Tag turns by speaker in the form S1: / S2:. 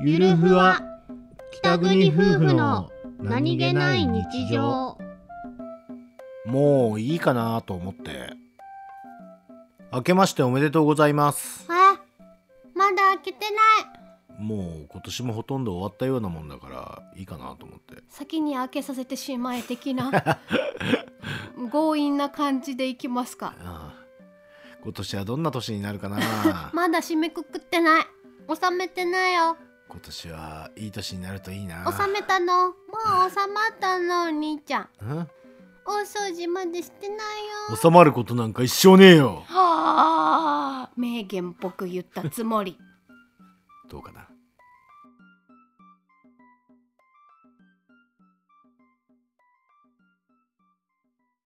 S1: ゆるふわ北国夫婦の何気ない日常
S2: もういいかなと思って明けましておめでとうございます
S1: あまだ開けてない
S2: もう今年もほとんど終わったようなもんだからいいかなと思って
S3: 先に開けさせてしまえ 的な強引な感じでいきますか
S2: ああ今年はどんな年になるかな
S3: まだ締めくくってない収めてないよ
S2: 今年はいい年になるといいな
S3: 収めたのもう収まったのお兄ちゃん
S2: うん
S3: 大掃除までしてないよ
S2: 収まることなんか一生ねえよ
S3: はあ名言っぽく言ったつもり
S2: どうかな